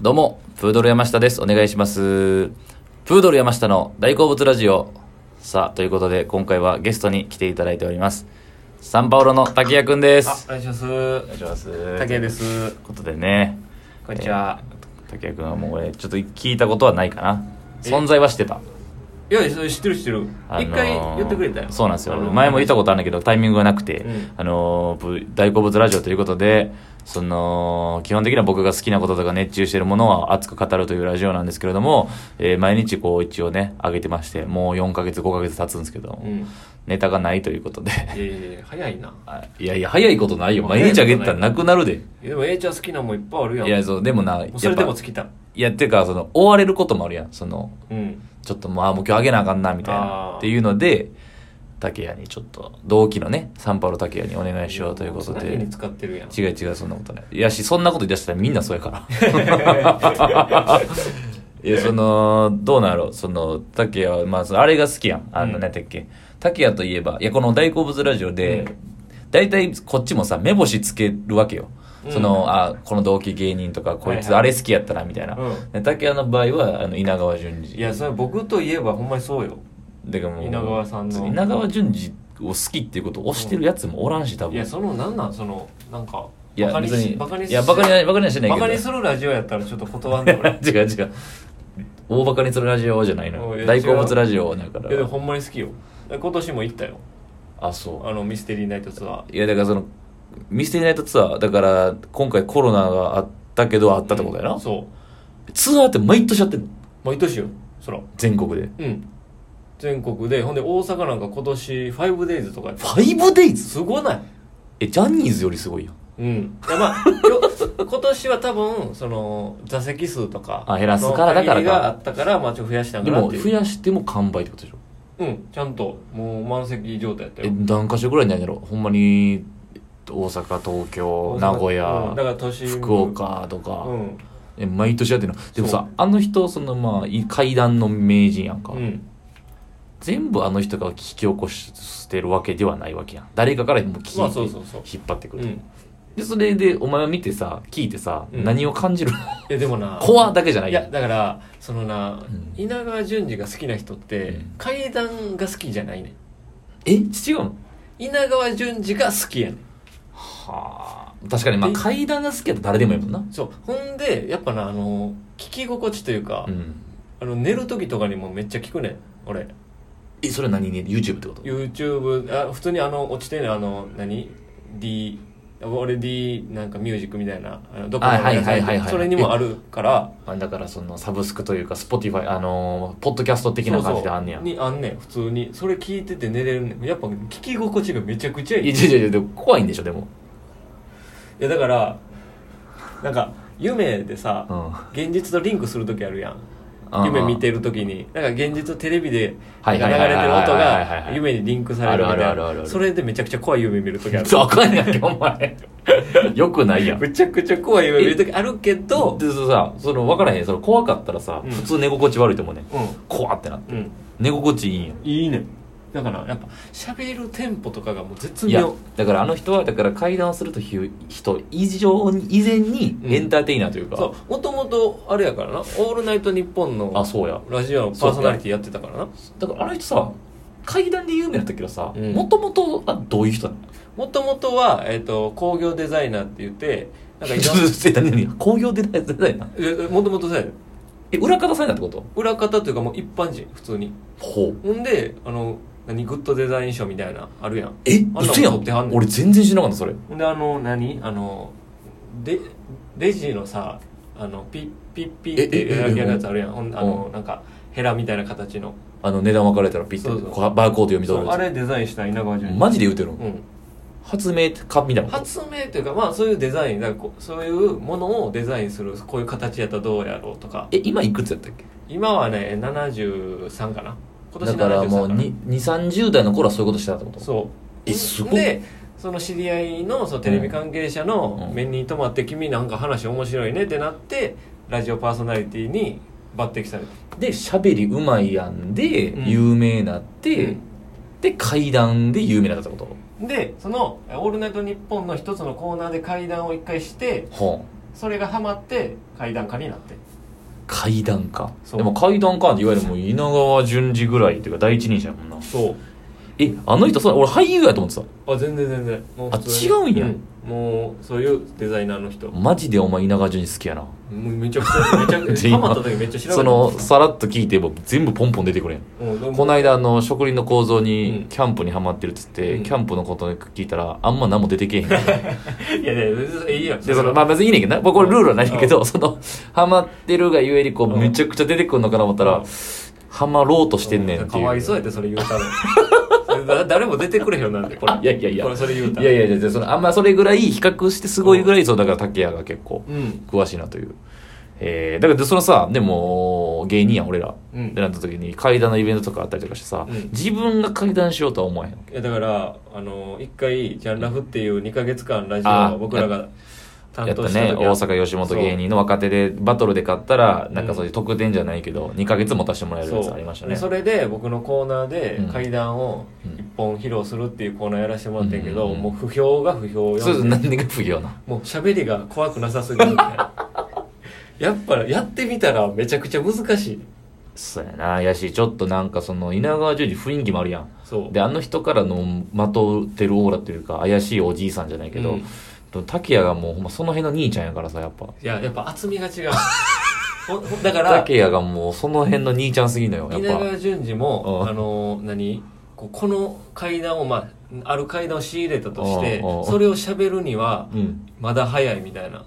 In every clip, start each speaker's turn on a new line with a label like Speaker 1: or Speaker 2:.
Speaker 1: どうも、プードル山下です。お願いします。プードル山下の大好物ラジオ。さあ、ということで、今回はゲストに来ていただいております。サンパウロの竹谷くんで
Speaker 2: あ、
Speaker 1: す。
Speaker 2: お願いします。
Speaker 1: お願いします。
Speaker 2: 竹谷です
Speaker 1: ということでね、
Speaker 2: こんにちは。
Speaker 1: 竹谷くんはもう俺、ちょっと聞いたことはないかな。
Speaker 2: え
Speaker 1: 存在はしてた。
Speaker 2: いや、それ知ってる知ってる。
Speaker 1: あのー
Speaker 2: 一回言ってくれたよ。
Speaker 1: そうなんですよ
Speaker 2: あの
Speaker 1: 前も言ったことあるんだけどタイミングがなくて、
Speaker 2: うん
Speaker 1: あのーぶ大好物ラジオということでその基本的には僕が好きなこととか熱中してるものは熱く語るというラジオなんですけれども、えー毎日こう一応ね上げてましてもう4ヶ月5ヶ月経つんですけど、
Speaker 2: うん。い
Speaker 1: ネタがないということで
Speaker 2: やいやいや、早いな。
Speaker 1: あいやいや早いことないよ
Speaker 2: 早い
Speaker 1: 毎
Speaker 2: こと
Speaker 1: 日
Speaker 2: ない
Speaker 1: 上げてたらなくなるで
Speaker 2: いやでも、A ちゃん好きなもんいっぱいあるやん。
Speaker 1: いやそうでもな
Speaker 2: もうそれで
Speaker 1: や
Speaker 2: も
Speaker 1: っぱ
Speaker 2: 尽きた。
Speaker 1: いやっていうかその追われることもあるやんその
Speaker 2: うん。
Speaker 1: ちょっとまあもう今日あげなあかんなみたい
Speaker 2: あ
Speaker 1: な
Speaker 2: ー
Speaker 1: っていうので竹谷にちょっと同期のねサンパウロ竹谷にお願いしようということ
Speaker 2: 何
Speaker 1: で
Speaker 2: に使ってるやん。
Speaker 1: 違う違うそんなことないいやしそんなこと言い出したらみんなそうやから いやそのどうなんやろうその竹谷はまあそのあれが好きやんあの
Speaker 2: うん
Speaker 1: 何だっけ竹谷といえばいやこの大好物ラジオで、
Speaker 2: うん
Speaker 1: 大体こっちもさ目星つけるわけよ
Speaker 2: うん
Speaker 1: その、あこの同期芸人とかこい
Speaker 2: はい
Speaker 1: つ
Speaker 2: はい
Speaker 1: あれ好きやったなみたいな、
Speaker 2: うん
Speaker 1: で竹谷の場合はあの稲川淳二
Speaker 2: いや、それ僕といえばほんまにそうよ。
Speaker 1: だからもう
Speaker 2: 稲川さんの
Speaker 1: 稲川淳二を好きっていうことを推してるやつもおらんし多分
Speaker 2: いや、その、なんなん、その、なんか、
Speaker 1: いや
Speaker 2: バカに
Speaker 1: 別
Speaker 2: し、
Speaker 1: に
Speaker 2: バカにし、
Speaker 1: いやバカにはバカにはしてないけ
Speaker 2: バ
Speaker 1: ど。
Speaker 2: カにするラジオやったらちょっと断んで俺
Speaker 1: 違う違う大バカにするラジオじゃないの
Speaker 2: お
Speaker 1: よ
Speaker 2: いや
Speaker 1: 大好物ラジオだか
Speaker 2: いや、でも
Speaker 1: ら
Speaker 2: ほんまに好きよ。今年も行ったよ。
Speaker 1: あそ
Speaker 2: あの、ミステリーナイトツアー。
Speaker 1: ういやだからそのミステリーナイトツアーだから今回コロナがあったけどあったってことやな、
Speaker 2: うんそう。
Speaker 1: ツアーって毎年やってんの
Speaker 2: 毎年よ。そら。
Speaker 1: 全国で
Speaker 2: うん全国でほんで大阪なんか今年 5days とかやった
Speaker 1: 5 days
Speaker 2: すごない
Speaker 1: えジャニーズよりすごいやん
Speaker 2: うんいやまあよ 今年は多分その座席数とか
Speaker 1: あ減らすからだからか
Speaker 2: の限りがあったからまあちょっと増やしたん
Speaker 1: で
Speaker 2: かな
Speaker 1: も
Speaker 2: っていう
Speaker 1: 増やしても完売ってことでしょ
Speaker 2: うんちゃんともう満席状態やった
Speaker 1: え
Speaker 2: よ
Speaker 1: 何か所ぐらいになるんやろほんまに大阪東京名古
Speaker 2: う
Speaker 1: 屋
Speaker 2: んだから都心
Speaker 1: 福岡とか、
Speaker 2: うん
Speaker 1: え毎年やってるのでも
Speaker 2: そ
Speaker 1: さ
Speaker 2: う
Speaker 1: あの人そのまあい階段の名人やんか、
Speaker 2: うん
Speaker 1: 全部あの人が聞き起こしてるわけではないわけやん誰かからもう聞いて、
Speaker 2: まあそうそうそう
Speaker 1: 引っ張ってく
Speaker 2: う
Speaker 1: る、
Speaker 2: んい
Speaker 1: でそれでお前を見てさ聞いてさ、
Speaker 2: うん
Speaker 1: 何を感じる
Speaker 2: やでもな
Speaker 1: 怖だけじゃない
Speaker 2: いやだからそのな
Speaker 1: うん
Speaker 2: 稲川淳二が好きな人って
Speaker 1: うん
Speaker 2: 階段が好きじゃないねん
Speaker 1: え違うの
Speaker 2: 稲川淳二が好きやねん
Speaker 1: はあ確かにまあ
Speaker 2: で
Speaker 1: 階段が好きやったら誰でもいいもんな
Speaker 2: そうほんでやっぱなあの聞き心地というか、
Speaker 1: うん
Speaker 2: あの寝る時とかにもめっちゃ聞くねん俺
Speaker 1: えそれ何ね YouTube ってこと
Speaker 2: YouTube あ普通にあの落ちてんねんあの何 D 俺 D なんかミュージックみたいなあのどこの
Speaker 1: はいはいはいはいはい
Speaker 2: やつそれにもあるから
Speaker 1: まあ、だからそのサブスクというか Spotify あのーポッドキャスト的な感じであんねや
Speaker 2: そうそうにあんねん普通にそれ聞いてて寝れるねんやっぱ聞き心地がめちゃくちゃいい
Speaker 1: いやいやいやでも怖いんでしょでも、
Speaker 2: いやだからなんか夢でさ、
Speaker 1: うん
Speaker 2: 現実とリンクする時あるや
Speaker 1: う
Speaker 2: ん
Speaker 1: んうん
Speaker 2: 夢見てる時になんか現実とテレビで
Speaker 1: は
Speaker 2: な
Speaker 1: い
Speaker 2: んか
Speaker 1: はい
Speaker 2: 流
Speaker 1: はい
Speaker 2: れ
Speaker 1: は
Speaker 2: て
Speaker 1: い
Speaker 2: る
Speaker 1: は
Speaker 2: 音
Speaker 1: いはいは
Speaker 2: が
Speaker 1: い
Speaker 2: 夢にリンクされるみ
Speaker 1: ある
Speaker 2: た
Speaker 1: あ
Speaker 2: い
Speaker 1: るあるあ
Speaker 2: な
Speaker 1: る
Speaker 2: それでめちゃくちゃ怖い夢見る時ある
Speaker 1: そうあかんやんけお前 よくないやんで
Speaker 2: めちゃくちゃ怖い夢見る時あるけど
Speaker 1: そうさその分からへんその怖かったらさ、
Speaker 2: うん
Speaker 1: 普通寝心地悪いと思うねん
Speaker 2: う
Speaker 1: 怖ってなって
Speaker 2: んうん
Speaker 1: 寝心地いいんや
Speaker 2: いいねだからやっぱ喋るテンポとかがもう絶
Speaker 1: いや
Speaker 2: 妙
Speaker 1: だからあの人はだから会談をするという人以上に以前に
Speaker 2: うん
Speaker 1: エンターテイナーというか、
Speaker 2: そうもともとあれやからな「オールナイトニッポン」の
Speaker 1: あそうや
Speaker 2: ラジオのパーソナリティやってたからな
Speaker 1: だからあの人さ階段で有名だったけどさ
Speaker 2: うん
Speaker 1: もともとはどういう人なの
Speaker 2: もともとは、えっと工業デザイナーって言ってなんかい
Speaker 1: ちょっとちょっと何何工業デザイナー
Speaker 2: ろんもともとさ
Speaker 1: え裏方さんだってこと
Speaker 2: 裏方というかもう一般人普通に
Speaker 1: ほう
Speaker 2: ほんであの何グッドデザイン賞みたいなあるやん
Speaker 1: え
Speaker 2: あんなの
Speaker 1: 嘘や
Speaker 2: 撮ってはん
Speaker 1: ん
Speaker 2: ねん
Speaker 1: 俺全然知らなかったそれ
Speaker 2: ほんであの何あのでレジのさあのピッピッピッって
Speaker 1: えええ
Speaker 2: や
Speaker 1: え
Speaker 2: るやつあるやんほんあ
Speaker 1: う
Speaker 2: のなんかヘラみたいな形の
Speaker 1: あの値段分かれたらピッて
Speaker 2: そうそう
Speaker 1: こうバーコード読み
Speaker 2: そう
Speaker 1: 取
Speaker 2: あ
Speaker 1: るや
Speaker 2: れデザインした稲川
Speaker 1: つ
Speaker 2: 淳二
Speaker 1: マジで言うてるの
Speaker 2: うん
Speaker 1: 発明家みたいなこと
Speaker 2: 発明というかまあそういうデザインだからこうそういうものをデザインするこういう形やったらどうやろうとか
Speaker 1: え今いくつやったっけ
Speaker 2: 今はね73かな今年
Speaker 1: だか
Speaker 2: 73
Speaker 1: らもう
Speaker 2: かな
Speaker 1: 2 3 0代の頃はそういうことしてたってこと
Speaker 2: そう
Speaker 1: えすごい
Speaker 2: でその知り合いのそのテレビ関係者
Speaker 1: うんう
Speaker 2: の
Speaker 1: ん
Speaker 2: 面に留まって君なんか話面白いねってなってラジオパーソナリティに抜擢された
Speaker 1: で喋りうまいやんで
Speaker 2: うん
Speaker 1: 有名になって、
Speaker 2: うん
Speaker 1: で階段で有名になったってこと
Speaker 2: でその「オールナイトニッポン」の一つのコーナーで会談を一回して
Speaker 1: ほ
Speaker 2: それがハマって階段家になって
Speaker 1: 階段か
Speaker 2: そう
Speaker 1: でも階段かっていわゆるもう稲川淳二ぐらいっていうか第一人者やもんな
Speaker 2: そう
Speaker 1: えあの人そう俺俳優やと思って
Speaker 2: あ全然全然も
Speaker 1: あ
Speaker 2: 普通に
Speaker 1: 違うんや
Speaker 2: もうそういうデザイナーの人
Speaker 1: た
Speaker 2: も
Speaker 1: マジでお前稲川淳二好きやな
Speaker 2: うめちゃくちゃめちゃくちゃ
Speaker 1: 今
Speaker 2: ハマった時めっちゃ調べた
Speaker 1: そのさらっと聞いても全部ポンポン出てくれん
Speaker 2: うんでも
Speaker 1: この間あの植林の構造
Speaker 2: う
Speaker 1: に
Speaker 2: ん
Speaker 1: キャンプにハマってるっつって、
Speaker 2: うん
Speaker 1: キャンプのこと聞いたらあんま何も出て けえへん
Speaker 2: いやいやいいよ
Speaker 1: でそのまあ別にいいねんけどな僕これルールはないねんけどそのハマってるがゆえにこう
Speaker 2: うん
Speaker 1: めちゃくちゃ出てくるのかな思った
Speaker 2: う
Speaker 1: ら
Speaker 2: ん
Speaker 1: ハマろうとしてんねんって
Speaker 2: か
Speaker 1: いう
Speaker 2: わいそうやってそれ言う たらだ誰も出てくれへんよなんでこれ
Speaker 1: いやいやいや
Speaker 2: これそれ言うた
Speaker 1: い
Speaker 2: ら
Speaker 1: やいやいやそのあんまそれぐらい比較してすごいぐらいそうだから竹谷が結構
Speaker 2: うん
Speaker 1: 詳しいなというえー、だからそのさでも芸人やん俺ら、
Speaker 2: うん
Speaker 1: ってなった時に階段のイベントとかあったりとかしてさ、
Speaker 2: うん
Speaker 1: 自分が階段しようとは思わへん
Speaker 2: いやだからあの一回ジャンラフっていう2か月間ラジ
Speaker 1: あ
Speaker 2: オを僕らが担
Speaker 1: やった
Speaker 2: 当した
Speaker 1: ね
Speaker 2: 時あ
Speaker 1: 大阪吉本芸人の若手でバトルで勝ったらなんかそういう特典じゃないけど、2ヶ月持たせてもらえる
Speaker 2: そ
Speaker 1: や
Speaker 2: う
Speaker 1: つありましたね
Speaker 2: でそれで僕のコーナーで
Speaker 1: うん
Speaker 2: 階段を一本披露するっていうコーナーやらせてもらってんけど、
Speaker 1: うん
Speaker 2: もう不評が不評を
Speaker 1: そう
Speaker 2: 呼
Speaker 1: そうん
Speaker 2: で
Speaker 1: 何でか不業な
Speaker 2: もう喋りが怖くなさす ぎるみたいなやっぱやってみたらめちゃくちゃ難しい
Speaker 1: そうやなやしちょっとなんかその稲川淳二雰囲気もあるやん
Speaker 2: そう
Speaker 1: であの人からのまとってるオーラというか怪しいおじいさんじゃないけど、
Speaker 2: うん
Speaker 1: 竹谷がもうほんまその辺の兄ちゃんやからさやっぱ
Speaker 2: いややっぱ厚み が違うほほだから
Speaker 1: 竹谷がもうその辺の兄ちゃんすぎんのよやっ
Speaker 2: 稲川
Speaker 1: ぱ
Speaker 2: 淳二も、
Speaker 1: うん
Speaker 2: あの何ここの階段をまあある階段を仕入れたとして、
Speaker 1: うんうん
Speaker 2: それを喋るには
Speaker 1: うん
Speaker 2: まだ早いみたいな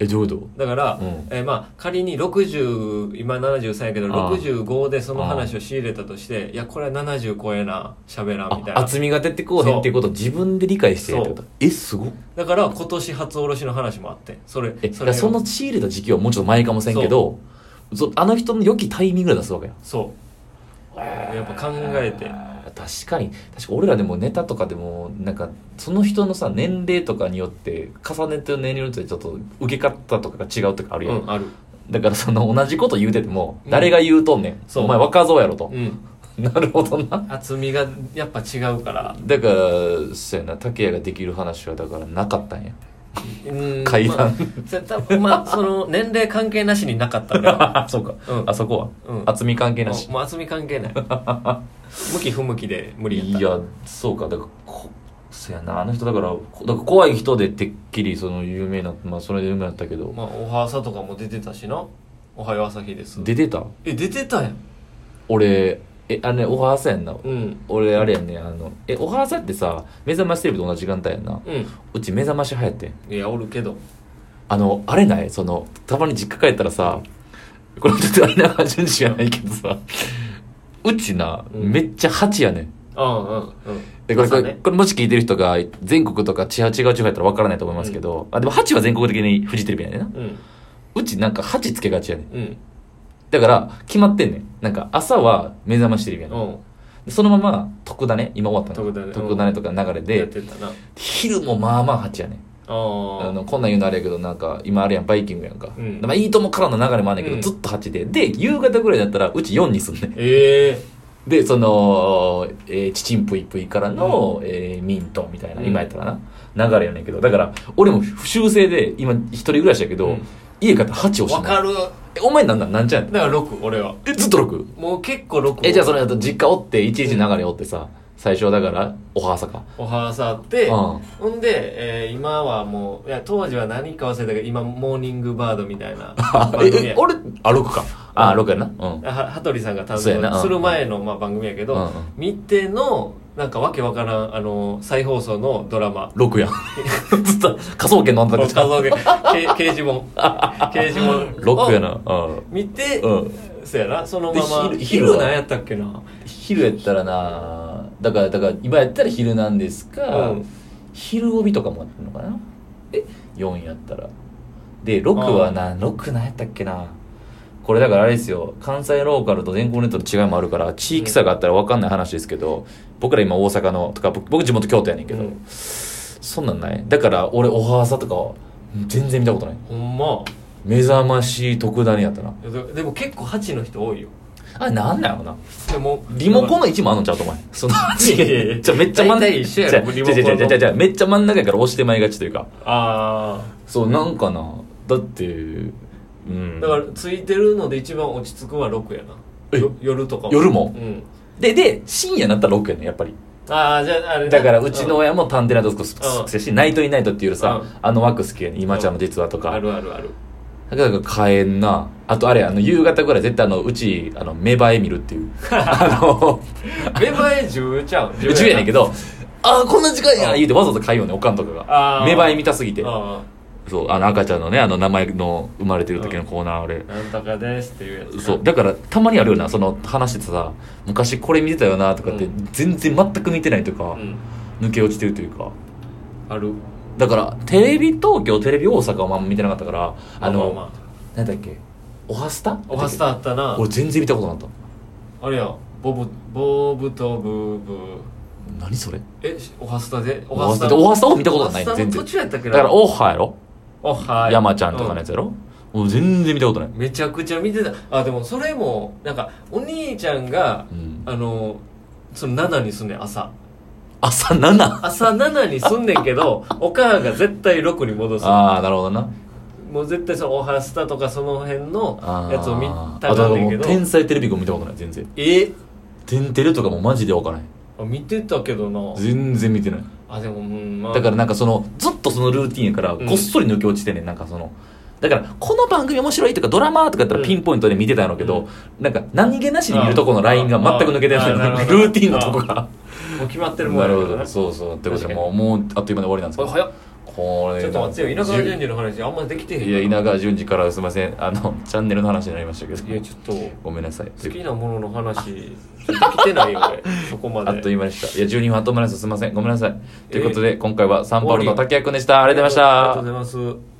Speaker 1: えどういうこ
Speaker 2: だから、
Speaker 1: うん
Speaker 2: えーまあ仮に60今73やけど
Speaker 1: ああ
Speaker 2: 65でその話を仕入れたとしていやこれは70超えな喋らん
Speaker 1: と
Speaker 2: みたい
Speaker 1: あ
Speaker 2: な
Speaker 1: 厚みが出てこうへんっていうことを自分で理解してるってことえすごっ
Speaker 2: だから今年初おろしの話もあってそれ
Speaker 1: え
Speaker 2: そ
Speaker 1: そ
Speaker 2: れを
Speaker 1: その仕入れた時期はもうちょっと前かもしれんけどそあの人の良きタイミングで出すわけや
Speaker 2: そうやっぱ考えて
Speaker 1: あー確かに確か俺らでもネタとかでもなんかその人のさ年齢とかによって重ねてる年齢によってちょっと受け方とかが違うとかあるやん、
Speaker 2: うんある
Speaker 1: だからその同じこと言うてても
Speaker 2: うん
Speaker 1: 誰が言うとんねん、
Speaker 2: そう
Speaker 1: お前若造やろと
Speaker 2: う、ん
Speaker 1: なるほどな
Speaker 2: 厚みがやっぱ違うから
Speaker 1: だからそうやな竹谷ができる話はだからなかったんや
Speaker 2: うん
Speaker 1: 階段
Speaker 2: まあせた まあその年齢関係なしになかったら
Speaker 1: そうか、
Speaker 2: うん
Speaker 1: あそこは、
Speaker 2: うん
Speaker 1: 厚み関係なし
Speaker 2: もう厚み関 係ない向き不向きで無理やった
Speaker 1: いやそうかだからこそやなあの人だからこだから怖い人でてっきりその有名なまあそれで有名だったけど、
Speaker 2: まあ、おは朝とかも出てたしな。おはよう朝日です。
Speaker 1: 出てた
Speaker 2: え、出てたやん。
Speaker 1: 俺えあれねおはあさやんな、
Speaker 2: うん。
Speaker 1: 俺あれやんねあのえおはあさってさ目覚ましテレビと同じ時間帯やんな、
Speaker 2: う
Speaker 1: うち目覚まし流行ってん
Speaker 2: ん。いや、おるけど。
Speaker 1: あのあれないそのたまに実家帰ったらさこれちょっとあれな順次じゃないけどさうちな、
Speaker 2: うん
Speaker 1: めっちゃ8やねん
Speaker 2: うんうんうん。
Speaker 1: でこれこ
Speaker 2: 朝
Speaker 1: れ
Speaker 2: ね
Speaker 1: これもし聞いてる人が全国とか地方違う地方やったら分からないと思いますけど、あでも8は全国的にフジテレビやねんな
Speaker 2: うん。
Speaker 1: うちなんか8つけがちやねん
Speaker 2: うん。
Speaker 1: だから決まってんねんなんか朝は目覚ましテレビやねん
Speaker 2: うん。
Speaker 1: でそのまま特ダネ今終わったの
Speaker 2: 特ダネ
Speaker 1: 特ダネとかの流れ
Speaker 2: やっ
Speaker 1: で
Speaker 2: てたな。
Speaker 1: 昼もまあまあ8やねん
Speaker 2: あ
Speaker 1: あ
Speaker 2: あ。
Speaker 1: のこんなん言うのあれやけどなんか今あれやんバイキングやんか、
Speaker 2: うん
Speaker 1: まあいいともからの流れもあんねんけど、
Speaker 2: うん
Speaker 1: ずっと8でで夕方ぐらいだったらうち4にすんねん
Speaker 2: ええ
Speaker 1: でその、えー、チチンプイプイからの、えーミントみたいな
Speaker 2: うん
Speaker 1: 今やったらな流れやねんけどだから俺も修正で今一人暮らしやけど、
Speaker 2: うん
Speaker 1: 家買ったら8をし
Speaker 2: わ
Speaker 1: な
Speaker 2: か
Speaker 1: い
Speaker 2: る。
Speaker 1: えお前なんなんなんちゃうやん
Speaker 2: だから6、俺は。
Speaker 1: えずっと 6?
Speaker 2: もう結構6。
Speaker 1: えじゃあそれだと実家おっていちいち流れおってさ最初だからおはさか
Speaker 2: おは朝あって、
Speaker 1: うん
Speaker 2: ほんで、えー、今はもう、いや、当時は何か忘れたけど、今、モーニングバードみた いな番
Speaker 1: え
Speaker 2: 組
Speaker 1: え
Speaker 2: や。
Speaker 1: 俺あ6かあ6やなうん
Speaker 2: は羽鳥さんが担
Speaker 1: そうやなう
Speaker 2: 当
Speaker 1: ん
Speaker 2: する前のまあ番組やけ
Speaker 1: うんう
Speaker 2: ど
Speaker 1: ん
Speaker 2: 日程のなんかわけわからんあの再放送のドラマ
Speaker 1: 6やんずっと科捜研のあんた
Speaker 2: 家
Speaker 1: た ち
Speaker 2: 族け刑 事も刑事も
Speaker 1: 6やなうん
Speaker 2: 見て
Speaker 1: うん
Speaker 2: そやなそのまま
Speaker 1: で昼昼は
Speaker 2: 昼なんやったっけな
Speaker 1: 昼やったらなだからだから今やったら昼なんですか、
Speaker 2: うん
Speaker 1: 昼帯とかもあったのかなえ4やったらで6はな6なんやったっけなこれだからあれですよ関西ローカルと全国ネットの違いもあるから地域差があったら分かんない話ですけど、僕ら今大阪のとか僕僕地元京都やねんけど、
Speaker 2: うん
Speaker 1: そんなんないだから俺おはさとかは全然見たことない
Speaker 2: ほんま
Speaker 1: 目覚まし特ダネやったない
Speaker 2: やででも結構8の人多いよ
Speaker 1: あれなんなんやろな
Speaker 2: でも
Speaker 1: リモコンの位置もあんのちゃうとお前。その
Speaker 2: いやいやいや
Speaker 1: じゃあめっちゃ真ん中。
Speaker 2: 大体一緒やろ
Speaker 1: じゃあ
Speaker 2: リモコンの
Speaker 1: じゃあじゃあじゃあじゃあめっちゃ真ん中やから押してまいがちというか。
Speaker 2: あ
Speaker 1: そう、なんかな。だってうん
Speaker 2: だからついてるので一番落ち着くは6やな
Speaker 1: え
Speaker 2: よ夜とか
Speaker 1: 夜も
Speaker 2: うん
Speaker 1: でで深夜になったらロックやねやっぱり
Speaker 2: ああじゃああれ
Speaker 1: だからうちの親も「探偵ナイト」好
Speaker 2: うん
Speaker 1: きやし「ナイトインナイト」っていうさ、
Speaker 2: うん
Speaker 1: あの枠好きやね今ちゃんの実話と
Speaker 2: うんあ
Speaker 1: か、
Speaker 2: るあるある
Speaker 1: だから買えんなあとあれあの夕方ぐらい絶対あのうちあの芽生え見るっていう あの
Speaker 2: 芽生え10ちゃう
Speaker 1: 10やねんけ
Speaker 2: ど
Speaker 1: どああこんな時間や
Speaker 2: うん
Speaker 1: 言うてわざわざ買いようねおかんとか
Speaker 2: あ
Speaker 1: が
Speaker 2: ー
Speaker 1: 芽生え見たすぎて
Speaker 2: あ
Speaker 1: そうあの赤ちゃんのねあの名前の生まれてる時のコーナーあれ
Speaker 2: あなんとかですっていうやつ
Speaker 1: そうだからたまにあるよなその話してたさ昔これ見てたよなとかって
Speaker 2: うん
Speaker 1: 全然全く見てないというか、
Speaker 2: うん
Speaker 1: 抜け落ちてるというか
Speaker 2: ある
Speaker 1: だからテレビ東京テレビ大阪はまんま見てなかったからあの、
Speaker 2: まあまあ
Speaker 1: なんだっけオハスタ
Speaker 2: おはスタあったな
Speaker 1: 俺全然見たことなかっ
Speaker 2: あれやボブボブとブーブー
Speaker 1: た何それ
Speaker 2: えしおはスタで
Speaker 1: オハスタでオハスタを見たことがない
Speaker 2: おはスタ
Speaker 1: 全
Speaker 2: も
Speaker 1: 然
Speaker 2: 途中やったっけ
Speaker 1: だか
Speaker 2: ど
Speaker 1: らオッハやろ、
Speaker 2: おはい
Speaker 1: 山ちゃんとかのやつやろ、もう全然見たことない、
Speaker 2: めちゃくちゃ見てたあでもそれもなんかお兄ちゃんが
Speaker 1: うん、
Speaker 2: あのその7にすんねん朝
Speaker 1: 朝7
Speaker 2: 朝7にすんねん けどお母が絶対6に戻す
Speaker 1: ああなるほどな
Speaker 2: もう絶対そのオハスタとかその辺
Speaker 1: あ
Speaker 2: の
Speaker 1: ー
Speaker 2: やつを見た
Speaker 1: あとだ
Speaker 2: がん
Speaker 1: から
Speaker 2: ねん
Speaker 1: も
Speaker 2: け
Speaker 1: う
Speaker 2: ど
Speaker 1: 天才テレビくん見たことない全然
Speaker 2: え
Speaker 1: 天テレとかもマジで分からへん
Speaker 2: あ見てたけどな
Speaker 1: 全然見てない
Speaker 2: あでもうんまあ
Speaker 1: だからなんかそのずっとそのルーティンやから
Speaker 2: うん
Speaker 1: ごっそり抜け落ちてんねんなんかそのだからこの番組面白いとかドラマとかやったらピンポイントで見てたんやろうけど、なんか何気なしに見るとこのラインが全く抜けてない
Speaker 2: あーあーなるほど
Speaker 1: ルーティンのとこが
Speaker 2: もう決まってるもん
Speaker 1: な
Speaker 2: や
Speaker 1: る
Speaker 2: か
Speaker 1: ほ
Speaker 2: らな
Speaker 1: どそうそうってこと
Speaker 2: 確か
Speaker 1: で
Speaker 2: に
Speaker 1: もうもうあっという間に終わりなんですけ
Speaker 2: おい
Speaker 1: ど
Speaker 2: 早っ
Speaker 1: これ
Speaker 2: ちょっと待ってよ稲川淳二の話あんまできてへん
Speaker 1: いや稲川淳二からすいませんあのチャンネルの話になりましたけど
Speaker 2: いやちょっと
Speaker 1: ごめんなさい
Speaker 2: 好きなものの話ちょっと来てないよ 俺そこまで
Speaker 1: あっという間でしたいや12分あっという間ですすいませんごめんなさいということで今回はサンパウロの竹谷君でしたありがとうございました
Speaker 2: ありがとうございます